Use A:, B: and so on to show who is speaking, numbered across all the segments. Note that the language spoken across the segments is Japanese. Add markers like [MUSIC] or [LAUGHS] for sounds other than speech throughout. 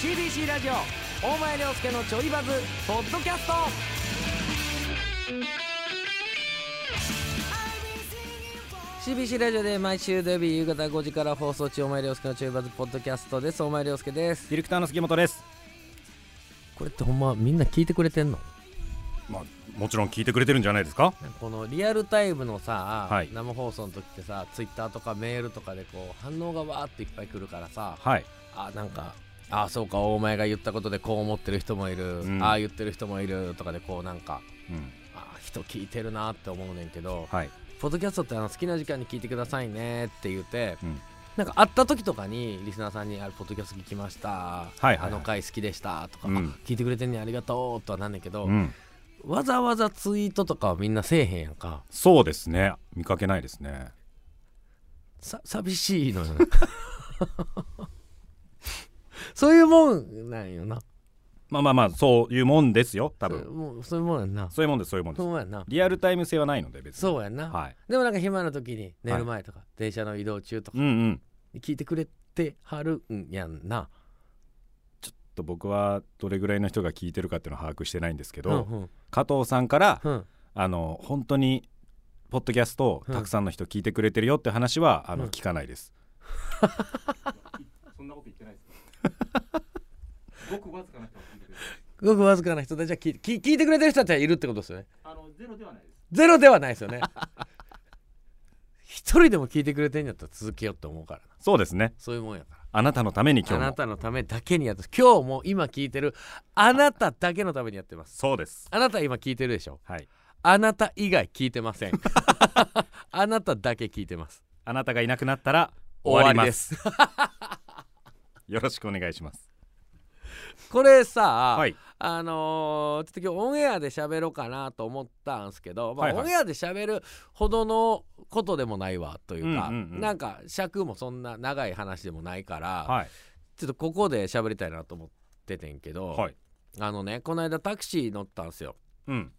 A: FTC ラジオ大前涼介のちょいバズポッドキャスト
B: ー CBC ラジオで毎週土曜日夕方5時から放送中お前涼介のちょいバズポッドキャストですお前涼介です
C: ディレクターの杉本です
B: これってほんまみんな聞いてくれてんの
C: まあもちろん聞いてくれてるんじゃないですか
B: このリアルタイムのさ、
C: はい
B: 生放送の時ってさツイッターとかメールとかでこう反応がわーっていっぱい来るからさ
C: はい
B: あなんかあそうかお前が言ったことでこう思ってる人もいる、
C: うん
B: ああ言ってる人もいるとかでこうなんか
C: うん
B: あ人聞いてるなって思うねんけど、
C: はい
B: ポッドキャストってあの好きな時間に聞いてくださいねって言って
C: うん
B: なんか会った時とかにリスナーさんに「あれポッドキャスト聞きました」
C: いはいはい
B: あの回好きでした」とか、
C: うん
B: あ聞いてくれてんねんありがとう」とはなんねんけど、
C: うん
B: わざわざツイートとかはみんなせえへんやんか
C: そうですね見かけないですね
B: さ寂しいのよな
C: [LAUGHS]
B: そういうもんなんよな
C: まあまあまあそういうもんですよ多
B: そう
C: 分
B: もうそういうもんやんな
C: そういうもんですそういうもんで
B: そう
C: す
B: いうもんやんな
C: リアルタイム性はないので別に
B: そうやんな、
C: はい
B: でもなんか暇な時に寝る前とか、電車の移動中とか
C: うんうん
B: 聞いてくれてはるんやんな
C: ちょっと僕はどれぐらいの人が聞いてるかっていうのは把握してないんですけど、
B: うん
C: 加藤さんから
B: うんうん
C: あの本当にポッドキャストを
B: うん
C: たくさんの人聞いてくれてるよって話は、あ
B: うん
C: の聞かない [LAUGHS] です、
D: そんなこと言ってないです。
C: [LAUGHS]
D: ごくわずかな人は聞いてくれる。
B: ごくわずかな人たちは聞い聞い聞いてくれてる人たちはいるってことですよね
D: あのゼロではないです。
B: ゼロではないですよね [LAUGHS] 一人でも聞いてくれてんやったら続けようって思うからな
C: そうですね
B: そういうもんやから
C: あなたのために今
B: あ
C: 日
B: な
C: も
B: たのためだけにやって今日も今聞いてるあなただけのためにやってます
C: そうです
B: あなた今聞いてるでしょ
C: はい
B: あなた以外聞いてま [LAUGHS] せんあなただけ聞いてます
C: あなたがいなくなったら
B: 終
C: 終
B: わ
C: わ
B: り
C: りま
B: ですす
C: よろしくお願いします
B: これさ、
C: はい
B: あのーちょっと今日オンエアで喋ろうかなと思ったんですけど、まあ
C: はいはい
B: オンエアで喋るほどのことでもないわというか、
C: うんうんうん
B: なんか尺もそんな長い話でもないから、
C: はい
B: ちょっとここで喋りたいなと思っててんけど、
C: はい
B: あのねこの間タクシー乗ったんですよ、
C: うん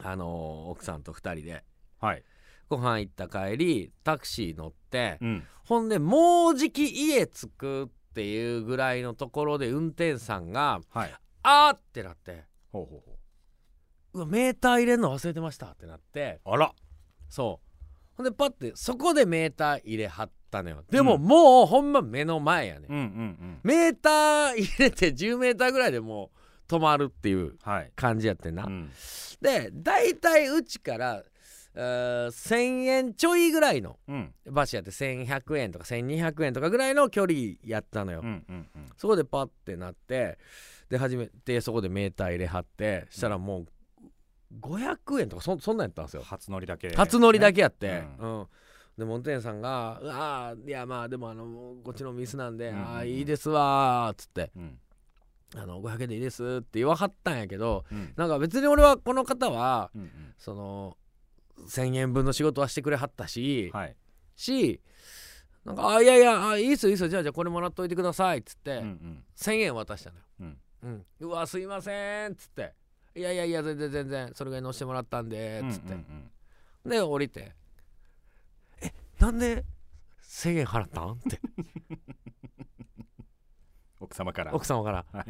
B: あのー奥さんと2人で
C: はい
B: ご飯行った帰りタクシー乗って、
C: うん
B: ほんでもうじき家着くっていうぐらいのところで運転手さんが
C: はい
B: 「あー!」ってなって。
C: ほうほうほ
B: うわメーター入れんの忘れてましたってなって
C: うあら
B: そうほんでパッてそこでメーター入れはったのよでも
C: うん
B: もうほんま目の前やね、
C: うんうんうん
B: メーター入れて10メーターぐらいでもう止まるっていう
C: はい
B: 感じやってんな、
C: うん
B: で大体うちから、えー1,000円ちょいぐらいの
C: うん
B: バスやって1,100円とか1,200円とかぐらいの距離やったのよ、
C: うんうんうん
B: そこでパッてなってで始めてそこでメーター入れはってしたらもう500円とかそそんなんやったんですよ
C: 初乗りだけ
B: 初乗りだ
C: け
B: けやって、う
C: うん
B: でモンテーンさんが「うわあいやまあでもあのこっちのミスなんで、
C: うんうんうん
B: ああいいですわ」っつって
C: うん
B: 「あの500円でいいです」って言わはったんやけど
C: うん
B: なんか別に俺はこの方は
C: うんうん
B: その1,000円分の仕事はしてくれはったし、
C: はい
B: しなんか「あいやいやあいいっすよいいっすよじゃあじゃあこれもらっといてください」っつって、
C: うんうん
B: 1,000円渡したのよ。
C: うん
B: うん、うわすいませんっつって「いやいやいや全然全然それぐらい乗せてもらったんで」っつって、
C: うんうん
B: で降りて「えなんで1,000円払ったん?」って
C: 奥様から
B: 奥様から「、
C: は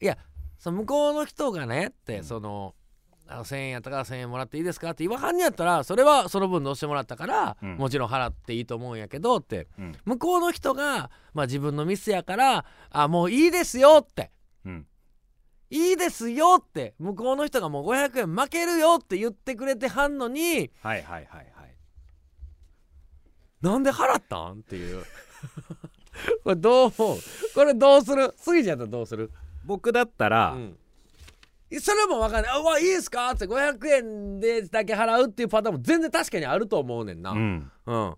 C: い
B: やその向こうの人がね」って、
C: うん
B: その「あの1,000円やったから1,000円もらっていいですか?」って言わはんにやったらそれはその分乗せてもらったから、
C: うん
B: もちろん払っていいと思うんやけどって
C: うん
B: 向こうの人が、まあ、自分のミスやから「あもういいですよ」って
C: うん
B: いいですよって向こうの人がもう500円負けるよって言ってくれてはんのに
C: はいはいはいはい
B: なんで払ったんっていう [LAUGHS] これどう思うこれどうするスギちゃんだったらどうする、
C: 僕だったら、
B: うんそれも分かんない「あうわいいですか?」って500円でだけ払うっていうパターンも全然確かにあると思うねんなう、
C: うんん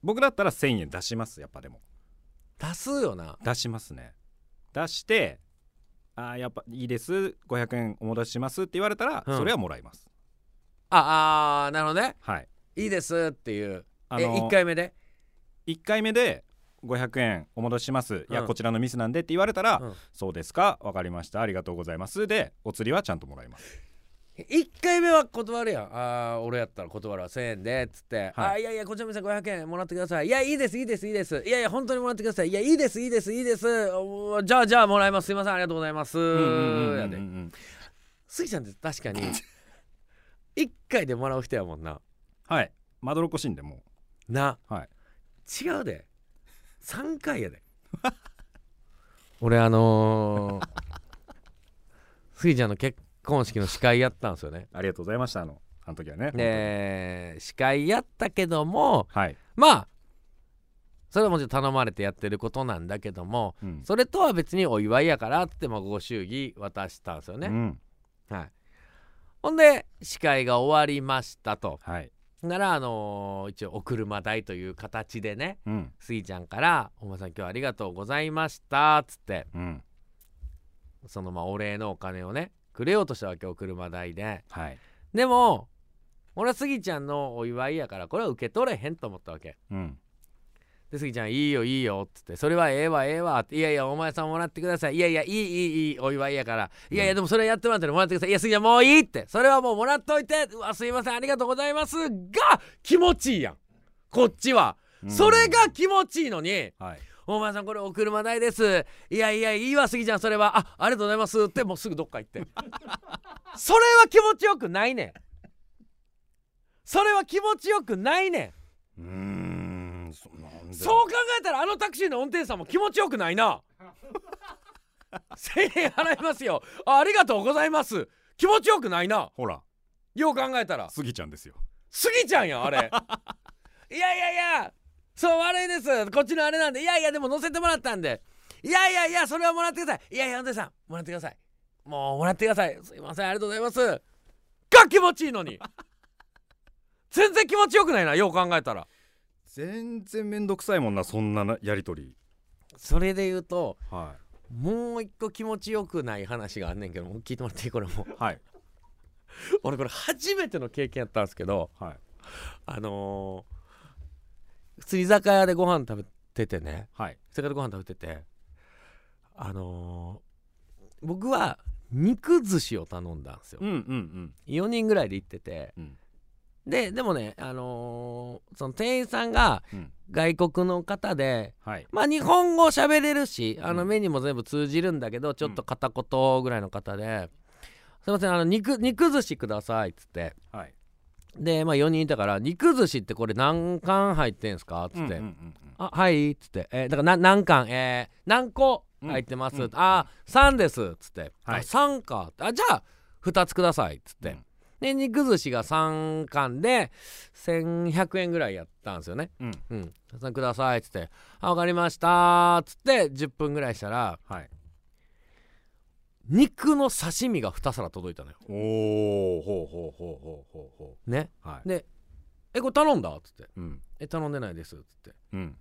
C: 僕だったら1000円出しますやっぱでも
B: 多数よな
C: 出しますね出してあーやっぱいいです500円お戻ししますって言われたら、
B: うん
C: それはもらいます
B: ああーなるほどね
C: はい
B: いいですっていう、
C: あ
B: え
C: の
B: 1回目で
C: 一回目で500円お戻しします、いや
B: うん
C: こちらのミスなんでって言われたら、
B: うん
C: そうですかわかりましたありがとうございますでお釣りはちゃんともらいます
B: 1回目は断るやんあー俺やったら断るわ1000円でっつって、
C: はい
B: あーいやいやこちらの店500円もらってくださいいやいいですいいですいいですいやいや本当にもらってくださいいやいいですいいですいいですおーじゃあじゃあもらいますすいませんありがとうございます
C: うんうんうんうんう
B: やで
C: ん
B: 杉ちゃんって確かに1回でもらう人やもんな
C: はいまどろっこしいんでも
B: な、
C: はい
B: 違うで3回
C: [LAUGHS]
B: やで俺あのー、杉ちゃんの結婚式の司会やったんですよ
C: [LAUGHS]
B: ね
C: うありがとうございましたあのあの時はね
B: で司会やったけども
C: はい、
B: まあそれはもちろん頼まれてやってることなんだけども
C: うん
B: それとは別にお祝いやからってまあご祝儀渡したんですよ
C: う
B: ね、
C: ん
B: はいほんで司会が終わりましたと
C: はい
B: ならあのー一応お車代という形でね
C: うん
B: スイちゃんから「お前さん今日はありがとうございました」っつって
C: うん
B: そのまあお礼のお金をねくれようとしたわけお車代で
C: はい
B: でも俺はスギちゃんのお祝いやからこれは受け取れへんと思ったわけ
C: うん
B: でスギちゃん「いいよいいよ」っつって「それはええわええわ」って「いやいやお前さんもらってください」「いやいやいいいいいいお祝いやから」「いやいやでもそれやってもらったらもらってください」「いやスギちゃんもういい」って「それはもうもらっといて」「うわすいませんありがとうございます」が気持ちいいやんこっちは、
C: うん
B: それが気持ちいいのに
C: はい
B: お前さんこれお車代ですいやいやいいわすぎちゃんそれはあありがとうございますってもうすぐどっか行ってそれは気持ちよくないねんそれは気持ちよくないね
C: うーんそなん
B: ん
C: で
B: そう考えたらあのタクシーの運転手さんも気持ちよくない [LAUGHS] な1,000円払いますよあありがとうございます気持ちよくないな
C: ほら
B: よう考えたら
C: スギちゃんですよ
B: スギちゃんやんあれいやいやいやそう悪いですこっちのあれなんでいやいやでも乗せてもらったんでいやいやいやそれはもらってくださいいやいや安田さんもらってくださいもうもらってくださいすいませんありがとうございますが気持ちいいのに全然気持ちよくないなよう考えたら
C: 全然めんどくさいもんなそんななやりとり
B: それで言うと
C: は
B: もう一個気持ちよくない話があんねんけどもう聞いてもらっていいこれもう [LAUGHS]
C: いはい
B: 俺これ初めての経験やったんですけど
C: はい
B: あのー普通に居酒屋でご飯食べててね、
C: はい
B: それからご飯食べててあのー僕は肉寿司を頼んだんですよ
C: うんうんうん
B: 4人ぐらいで行ってて、
C: うん
B: ででもねあのーその店員さんが
C: うん
B: 外国の方で
C: はい
B: まあ日本語喋れるしあの
C: うん
B: メニューも全部通じるんだけどちょっと片言ぐらいの方で「すいませんあの肉肉寿司ください」っつって
C: はい
B: でまあ4人いたから「肉寿司ってこれ何貫入ってんすか?」っつって、
C: うんうんうんうん
B: あはいっつって、えーだからな何巻えー何個入ってます、
C: うんうん
B: あ三3ですっつって、
C: はい
B: あ3かあじゃあ2つくださいっつって、
C: うん
B: で肉寿司が3巻で1100円ぐらいやったんですよね
C: うん
B: うん「さんください」っつって「あ分かりました」っつって10分ぐらいしたら
C: はい
B: 肉の刺身が2皿届いたのよ
C: おおほうほうほうほうほうほ
B: ね
C: うはい
B: で「えこれ頼んだ?」っつって
C: うん
B: 「え頼んでないです」っつって
C: うん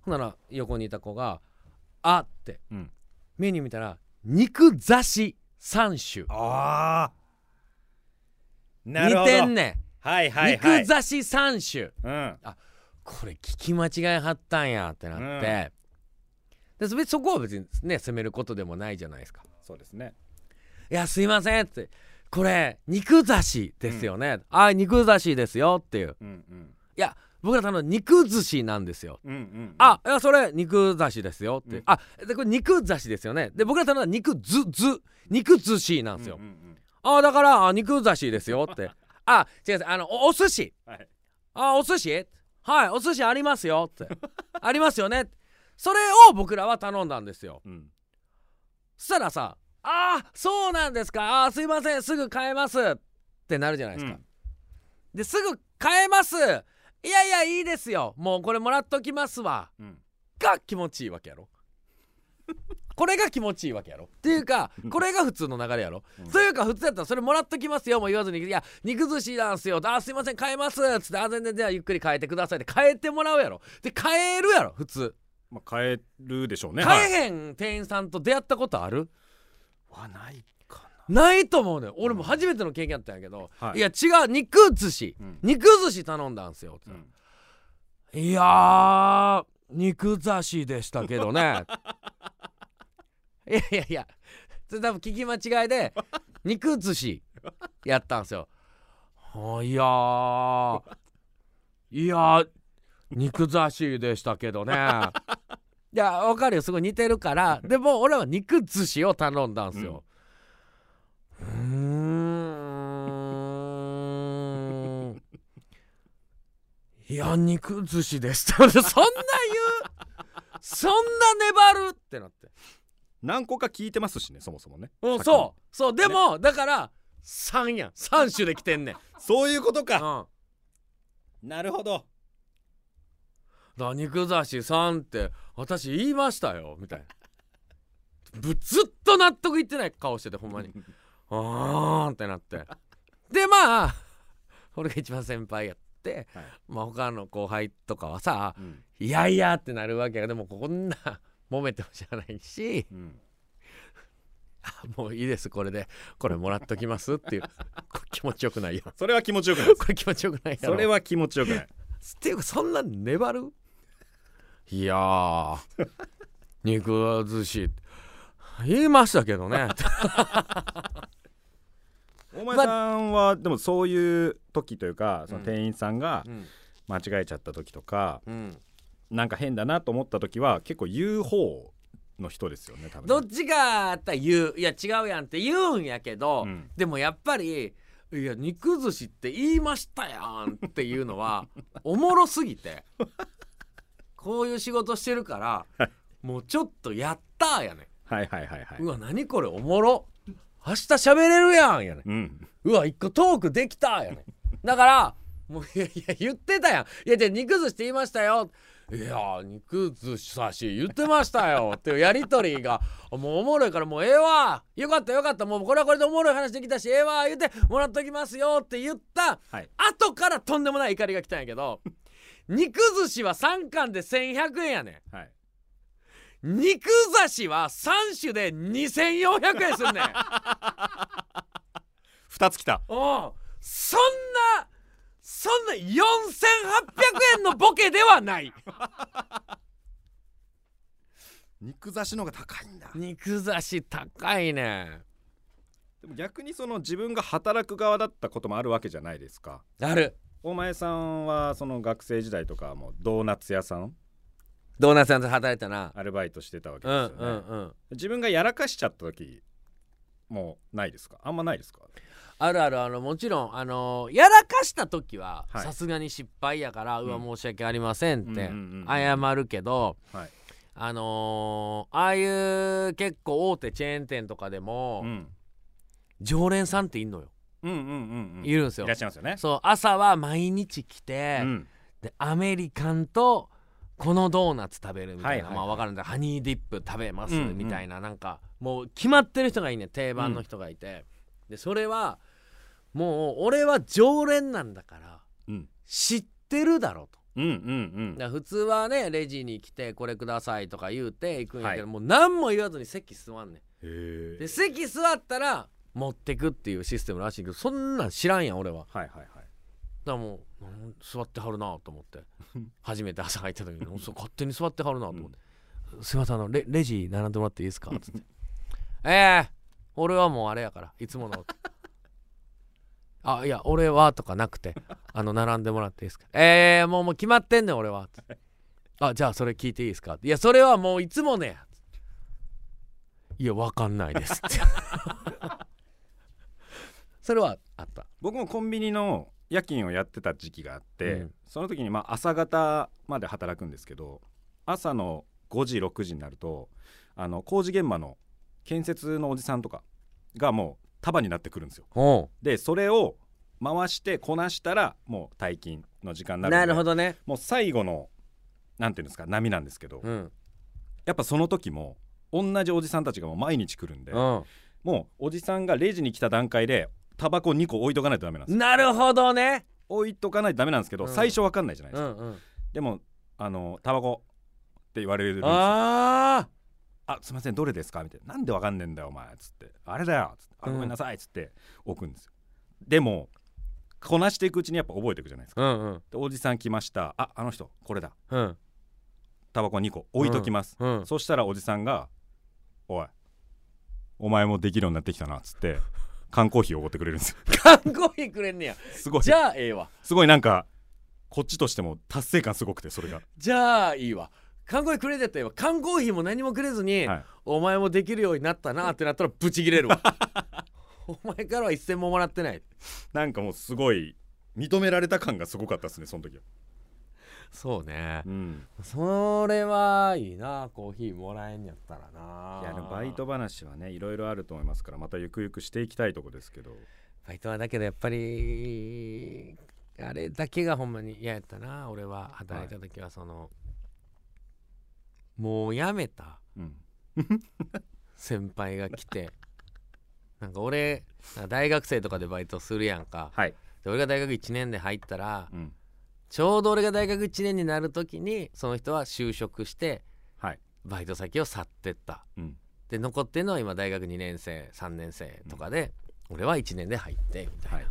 B: ほんなら横にいた子が「あっ」て、
C: うん
B: メニュー見たら「肉刺し3種
C: ああ」
B: 似てんね
C: はい
B: ん、
C: はいはい
B: 肉刺し3種
C: うん
B: これ聞き間違いはったんやってなって、で別にそこは別にね責めることでもないじゃないですか
C: そうですね
B: 「いやすいません」って「これ肉刺しですよね」ああ肉刺しですよ」っていう
C: うんうん
B: 「いや僕ら頼む肉寿司なんですよ」
C: うんうん
B: あ、いやそれ肉刺しですよって、
C: うん
B: あでこれ肉刺しですよねで僕ら頼んだ肉ずず肉寿司なんですよ、
C: うんうん
B: あだからあ肉刺しですよってあ違いますあのおお寿司
C: うんはい
B: あお寿司はいお寿司ありますよってありますよねそれを僕らは頼んだんですよ
C: うん
B: そしたらさあそうなんですかあすいませんすぐ買えますってなるじゃないですか、ですぐ買えますいやいやいいですよもうこれもらっときますわ
C: うん
B: が気持ちいいわけや
C: [LAUGHS]
B: ろこれが気持ちいいわけやろっていうかこれが普通の流れやろ、
C: うん
B: というか普通やったらそれもらっときますよもう言わずに「いや肉寿司なんすよ」あすいません買えます」つって「あ全然じゃあゆっくり変えてください」って変えてもらうやろで変えるやろ普通
C: まあ変えるでしょうね
B: 変え
C: え
B: へん店員さんと出会ったことある
C: はないか
B: ないと思うねん俺も初めての経験やったんやけど「
C: はい
B: いや違う肉寿司
C: うん
B: 肉寿司頼んだんすよ」って
C: なうん
B: いやー肉刺しでしたけど
C: [LAUGHS]
B: ねいやいやいやそれ多分聞き間違いで肉寿司やったんですよあいやー
C: [LAUGHS]
B: いやー肉雑誌でしたけ
C: [LAUGHS]
B: どねいやわかるよすごい似てるからでも俺は肉寿司を頼んだんですよ、うーんいや肉寿司でした [LAUGHS] そんな言うそんな粘るってなって
C: 何個か聞いてますしねそもそもね
B: うん
C: さっきの
B: そうそうでも、だから3やん3種できてんねん、うん、
C: そういうこと
B: だか
C: かなるほど
B: ら肉雑誌3って私言いましたよみたいなぶずっと納得いってない顔しててほん
C: [LAUGHS]
B: まにあーんってなってでまあ俺が一番先輩やって、
C: はい
B: まあ他の後輩とかはさ
C: うん
B: 「いやいや」ってなるわけやでもこんな揉めてもしゃあないし
C: うん
B: 「もういいですこれでこれもらっときます」っていうこれ気持ちよくないよ
C: それは気持ちよくないです [LAUGHS]
B: これ気持ちよくないやろ
C: それは気持ちよく [LAUGHS] ない
B: っていうかそんな粘るいやー肉寿司言いましたけどね
C: お前さんはでもそういう時というかその店員さんが
B: うん
C: 間違えちゃった時とか
B: うん
C: なんか変だなと思った時は結構言う方の人ですよね多分
B: どっちかやったら言ういや違うやんって言うんやけど、
C: うん
B: でもやっぱりいや肉寿司って言いましたやんっていうのはおもろすぎてこういう仕事してるからもうちょっとやったーやね
C: はいはいはいはい
B: んうわ何これおもろ明日喋れるやんやねん
C: うん
B: うわ一個トークできたやねだからもういやいや言ってたやんいやじゃあ肉寿司って言いましたよいや肉寿司さし言ってましたよっていうやり取りがもうおもろいからもうええわよかったよかったもうこれはこれでおもろい話できたしええわ言ってもらっときますよって言った
C: はい
B: 後からとんでもない怒りが来たんやけど肉寿司は3貫で1100円やね
C: はい
B: ん肉刺しは3種で2400円すんねん
C: 2つ来た
B: おうそんなそんな4800円のボケではない
C: 肉刺しの方が高いんだ
B: 肉刺し高いね
C: でも逆にその自分が働く側だったこともあるわけじゃないですか
B: ある
C: お前さんはその学生時代とかはもうドーナツ屋さん
B: ドーナツ屋で働いたな
C: アルバイトしてたわけ
B: う
C: で
B: ん
C: すよ
B: う
C: ね、
B: んうん
C: 自分がやらかしちゃった時もうないですかあんまないですか
B: あるあるあのもちろんあのやらかした時は
C: はい
B: さすがに失敗やから、うわ
C: うん
B: 申し訳ありませんって
C: うんうんうん
B: 謝るけど、
C: はい
B: あのーああいう結構大手チェーン店とかでも、
C: うん
B: 常連さんっていんのよ、
C: うんうんうんうん
B: いるんですよ
C: いらっしゃいますよね
B: そう朝は毎日来て、
C: うん
B: でアメリカンとこのドーナツ食べるみたいな、
C: はいはい
B: まあ分かるんだハニーディップ食べます
C: うんうん
B: みたいな、なんかもう決まってる人がいいね定番の人がいて、でそれはもう俺は常連なんだから
C: うん
B: 知ってるだろうと
C: うんうん
B: だから普通はねレジに来てこれくださいとか言うて行くんやけど、
C: はい
B: もう何も言わずに席座んね
C: うん
B: ん
C: へ
B: で
C: え
B: 席座ったら持ってくっていうシステムらしいけどそんなん知らんやん俺は
C: はいはいはい
B: だからもううん座ってはるなと思って初めて朝入った時に [LAUGHS] うんそう勝手に座ってはるなと思って「すいませんあのレレジ並んでもらっていいですか?」つって「ええ俺はもうあれやからいつも [LAUGHS] の」あいや俺は」とかなくて「あの並んでもらっていいですか?」「ええもうもう決まってんねん俺は」つってあじゃあそれ聞いていいですか?」いやそれはもういつもね」いやわかんないです」って [LAUGHS] それはあった
C: 僕もコンビニの夜勤をやってた時期があって、
B: うん
C: その時にまあ朝方まで働くんですけど朝の5時6時になるとあの工事現場の建設のおじさんとかがもう束になってくるんですよ
B: お
C: でそれを回してこなしたらもう退勤の時間になるんで
B: なるほどね
C: もう最後のなんていうんですか波なんですけど、
B: うん
C: やっぱその時も同じおじさんたちがもう毎日来るんで、もうおじさんがレジに来た段階でタバコ2個置いとかないとダメなんですよ
B: なるほどね。
C: 置いとかないとダメなんですけど、
B: うん
C: 最初わかんないじゃないで
B: う
C: すか、
B: んうん。
C: でもあのタバコって言われるんですあ
B: ああ。
C: すいませんどれですかみたいななんでわかんねえんだよお前つってあれだよつってあ
B: うん
C: ごめんなさいつって置くんですよ、でもこなしていくうちにやっぱ覚えていくじゃないですか
B: うんうん
C: でおじさん来ましたああの人これだ
B: うん。
C: タバコ2個置いときます、
B: うん。
C: そしたらおじさんが「おいお前もできるようになってきたな」っつって缶コーヒーをおごってくれるんですよ [LAUGHS]
B: 缶コーヒーくれんねや
C: すごい
B: じゃあええわ
C: すごいなんかこっちとしても達成感すごくてそれが、
B: じゃあいいわ缶コーヒーくれてったらええわ缶コーヒーも何もくれずに、
C: はい、
B: お前もできるようになったなってなったらブチ切れるわお前からは一銭ももらってない
C: なんかもうすごい認められた感がすごかったですねその時は、
B: そうね
C: うん、
B: それはいいなコーヒーもらえんやったらない
C: いやでもバイト話はねいろいろあると思いますからまたゆくゆくしていきたいとこですけど
B: バイトはだけどやっぱりあれだけがほんまに嫌やったな俺は働いた時はその、もう辞めた
C: うん
B: 先輩が来て [LAUGHS] なんか俺なんか大学生とかでバイトするやんか
C: はい、
B: で俺が大学1年で入ったら
C: うん、
B: ちょうど俺が大学1年になる時にその人は就職して
C: はい、
B: バイト先を去ってった
C: うん、
B: で残ってるのは今大学2年生3年生とかで、俺は1年で入ってみたいな、
C: はい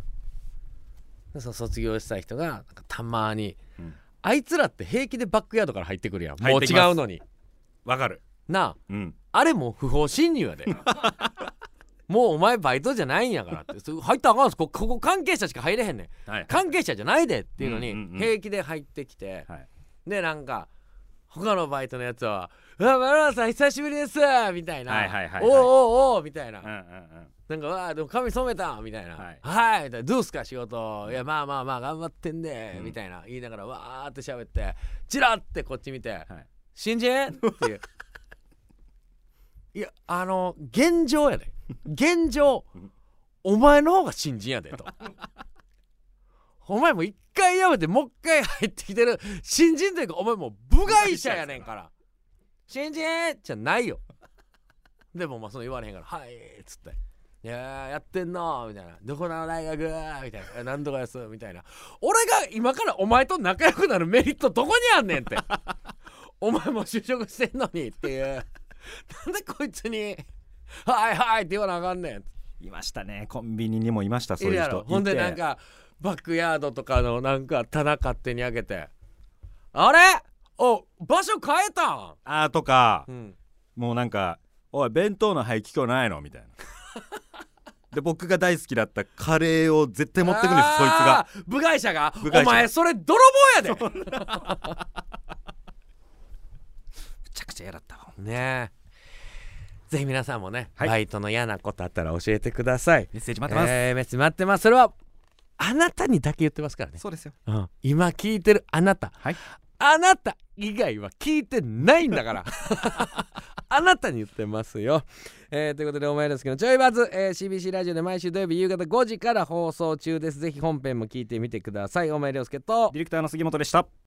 B: でその卒業した人がなんかたまに、
C: うん
B: あいつらって平気でバックヤードから入ってくるやん
C: 入
B: も
C: っ
B: う
C: て
B: 違
C: きます
B: うのに
C: わかる
B: なあ
C: うん
B: あれもう不法侵入や
C: [LAUGHS]
B: でもうお前バイトじゃないんやからってそう入ったらあかんすこここ関係者しか入れへんねん
C: はい
B: 関係者じゃないでっていうの
C: うんうんう
B: に
C: ん
B: 平気で入ってきて、
C: はい
B: でなんか他のバイトのやつは「うわ丸山さん久しぶりです」みたいな「
C: はいはいはいはい
B: おうおうおう」みたいな、
C: うんうんうん
B: なんか「うわあでも髪染めた」みたいな
C: はい
B: 「はい」みたいな「どうすか仕事」「いやまあまあまあ頑張ってんで」みたいな言いながらわーって喋ってチラってこっち見て
C: はい
B: 「新人?」っていう [LAUGHS] いやあの現状やで現状お前の方が新人やでとお前もう一回やめてもう一回入ってきてる新人というかお前もう部外者やねんから新人じゃないよでもまあその言われへんから「はい」っつって「いやーやってんの」みたいな「どこの大学?」みたいな「何とかです」みたいな俺が今からお前と仲良くなるメリットどこにあんねんってお前も就職してんのにっていうなんでこいつに「はいはい」って言わなあかんねん
C: いましたねコンビニにもいましたそう
B: る
C: いう
B: や
C: 人
B: ろほんで
C: いて
B: なんかバックヤードとかのなんか棚勝手に開けて「あれお場所変えたん
C: あーとか、
B: うん
C: もうなんか「おい弁当の廃棄今日ないの?」み
B: [LAUGHS]
C: たいなで僕が大好きだったカレーを絶対持ってくるんですそいつが
B: あー部外者が
C: 部外者
B: お前それ泥棒やで
C: むちゃくちゃ嫌だったわ
B: ねえぜひ皆さんもね、
C: はい
B: バイトの嫌なことあったら教えてください
C: メッセージ待ってます、
B: えーメッセージ待ってますそれはあなたにだけ言ってますからね、
C: そうですよ
B: うん今聞いてるあなた
C: はい
B: あなた以外は聞いてないんだからあなたに言ってますよ、えーということでお前ですけどちょいバズ、えー CBC ラジオで毎週土曜日夕方5時から放送中ですぜひ本編も聞いてみてくださいお前涼介と
C: ディレクターの杉本でした